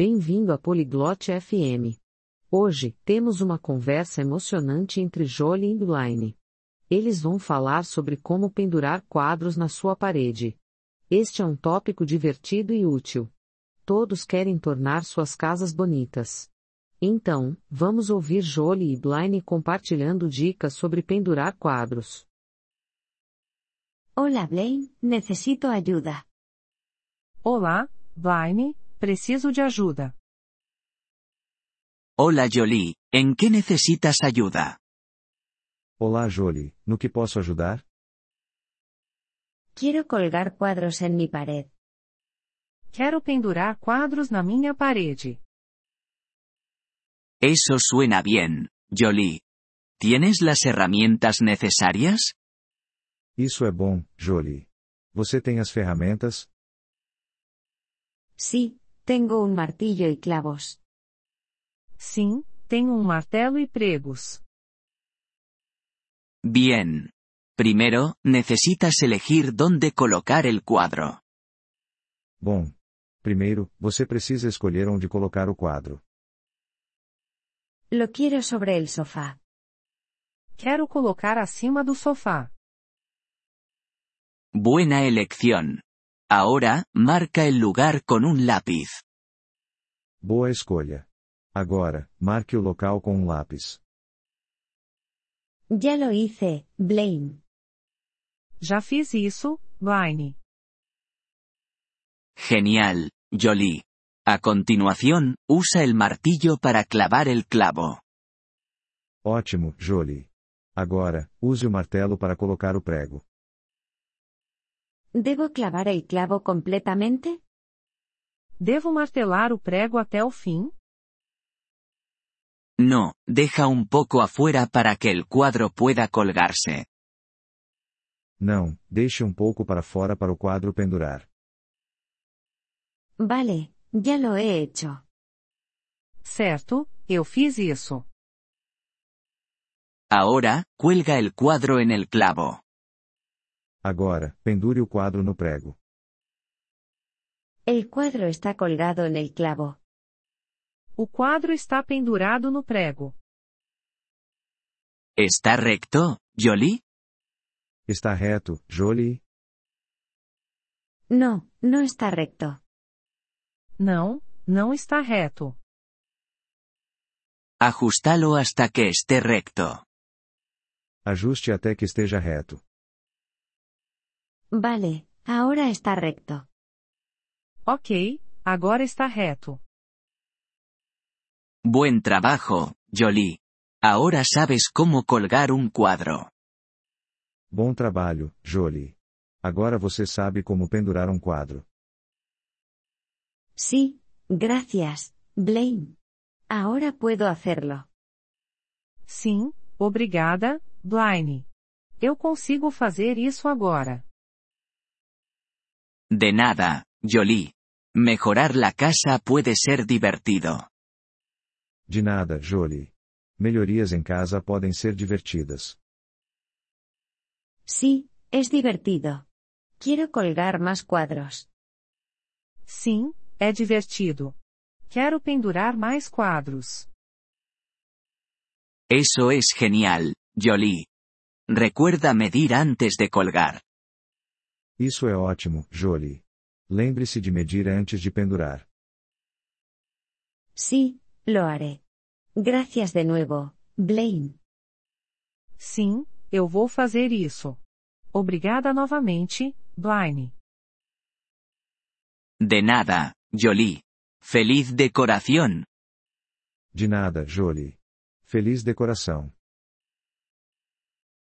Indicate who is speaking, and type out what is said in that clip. Speaker 1: Bem-vindo à Poliglote FM. Hoje, temos uma conversa emocionante entre Jolie e Elaine. Eles vão falar sobre como pendurar quadros na sua parede. Este é um tópico divertido e útil. Todos querem tornar suas casas bonitas. Então, vamos ouvir Jolie e Elaine compartilhando dicas sobre pendurar quadros.
Speaker 2: Hola Blaine, necesito ayuda.
Speaker 3: Olá, Blaine, preciso de ajuda.
Speaker 4: Hola Jolie, ¿en qué necesitas ayuda?
Speaker 5: Olá Jolie, no que posso ajudar?
Speaker 2: Quiero colgar cuadros en mi pared.
Speaker 3: Quero pendurar quadros na minha parede.
Speaker 4: Eso suena bien, Jolie. ¿Tienes las herramientas necesarias?
Speaker 5: Isso é bom, Jolie. Você tem as ferramentas?
Speaker 2: Sí, tengo un martillo y clavos.
Speaker 3: Sim, tenho um martelo e pregos.
Speaker 4: Bien. Primero, necesitas elegir dónde colocar el cuadro.
Speaker 5: Bom. Primeiro, você precisa escolher onde colocar o quadro.
Speaker 2: Lo quiero sobre el sofá.
Speaker 3: Quero colocar acima do sofá.
Speaker 4: Buena elección. Ahora, marca el lugar con un lápiz.
Speaker 5: Boa escolha. Agora, marque o local com um lápis.
Speaker 2: Ya lo hice, Blaine.
Speaker 3: Já fiz isso, Blaine.
Speaker 4: Genial, Jolie. A continuación, usa el martillo para clavar el clavo.
Speaker 5: Ótimo, Jolie. Agora, use o martelo para colocar o prego.
Speaker 2: ¿Debo clavar el clavo completamente?
Speaker 3: Devo martelar o prego até o fim?
Speaker 4: No, deja un poco afuera para que el cuadro pueda colgarse.
Speaker 5: Não, deixe um pouco para fora para o quadro pendurar.
Speaker 2: Vale, ya lo he hecho.
Speaker 3: Certo, eu fiz isso.
Speaker 4: Ahora, cuelga el cuadro en el clavo.
Speaker 5: Agora, pendure o quadro no prego.
Speaker 2: El cuadro está colgado en el clavo.
Speaker 3: O quadro está pendurado no prego.
Speaker 4: ¿Está recto, Jolie?
Speaker 5: Está reto, Jolie?
Speaker 2: No, no está recto.
Speaker 3: Não, não está reto.
Speaker 4: Ajustalo hasta que esté recto.
Speaker 5: Ajuste até que esteja reto.
Speaker 2: Vale, ahora está recto.
Speaker 3: Ok, agora está reto.
Speaker 4: Buen trabajo, Jolie. Ahora sabes cómo colgar un cuadro.
Speaker 5: Bom trabalho, Jolie. Agora você sabe como pendurar um quadro.
Speaker 2: Sí, gracias, Blaine. Ahora puedo hacerlo.
Speaker 3: Sim, obrigada, Blaine. Eu consigo fazer isso agora.
Speaker 4: De nada, Jolie. Mejorar la casa puede ser divertido.
Speaker 5: De nada, Jolie. Melhorias em casa podem ser divertidas.
Speaker 2: Sí, es divertido. Quiero colgar más cuadros.
Speaker 3: Sim, é divertido. Quero pendurar mais quadros.
Speaker 4: Eso es genial, Jolie. Recuerda medir antes de colgar.
Speaker 5: Isso é ótimo, Jolie. Lembre-se de medir antes de pendurar.
Speaker 2: Sí, lo haré. Gracias de nuevo, Blaine.
Speaker 3: Sim, eu vou fazer isso. Obrigada novamente, Blaine.
Speaker 4: De nada, Jolie. Feliz decoración.
Speaker 5: De nada, Jolie. Feliz decoração.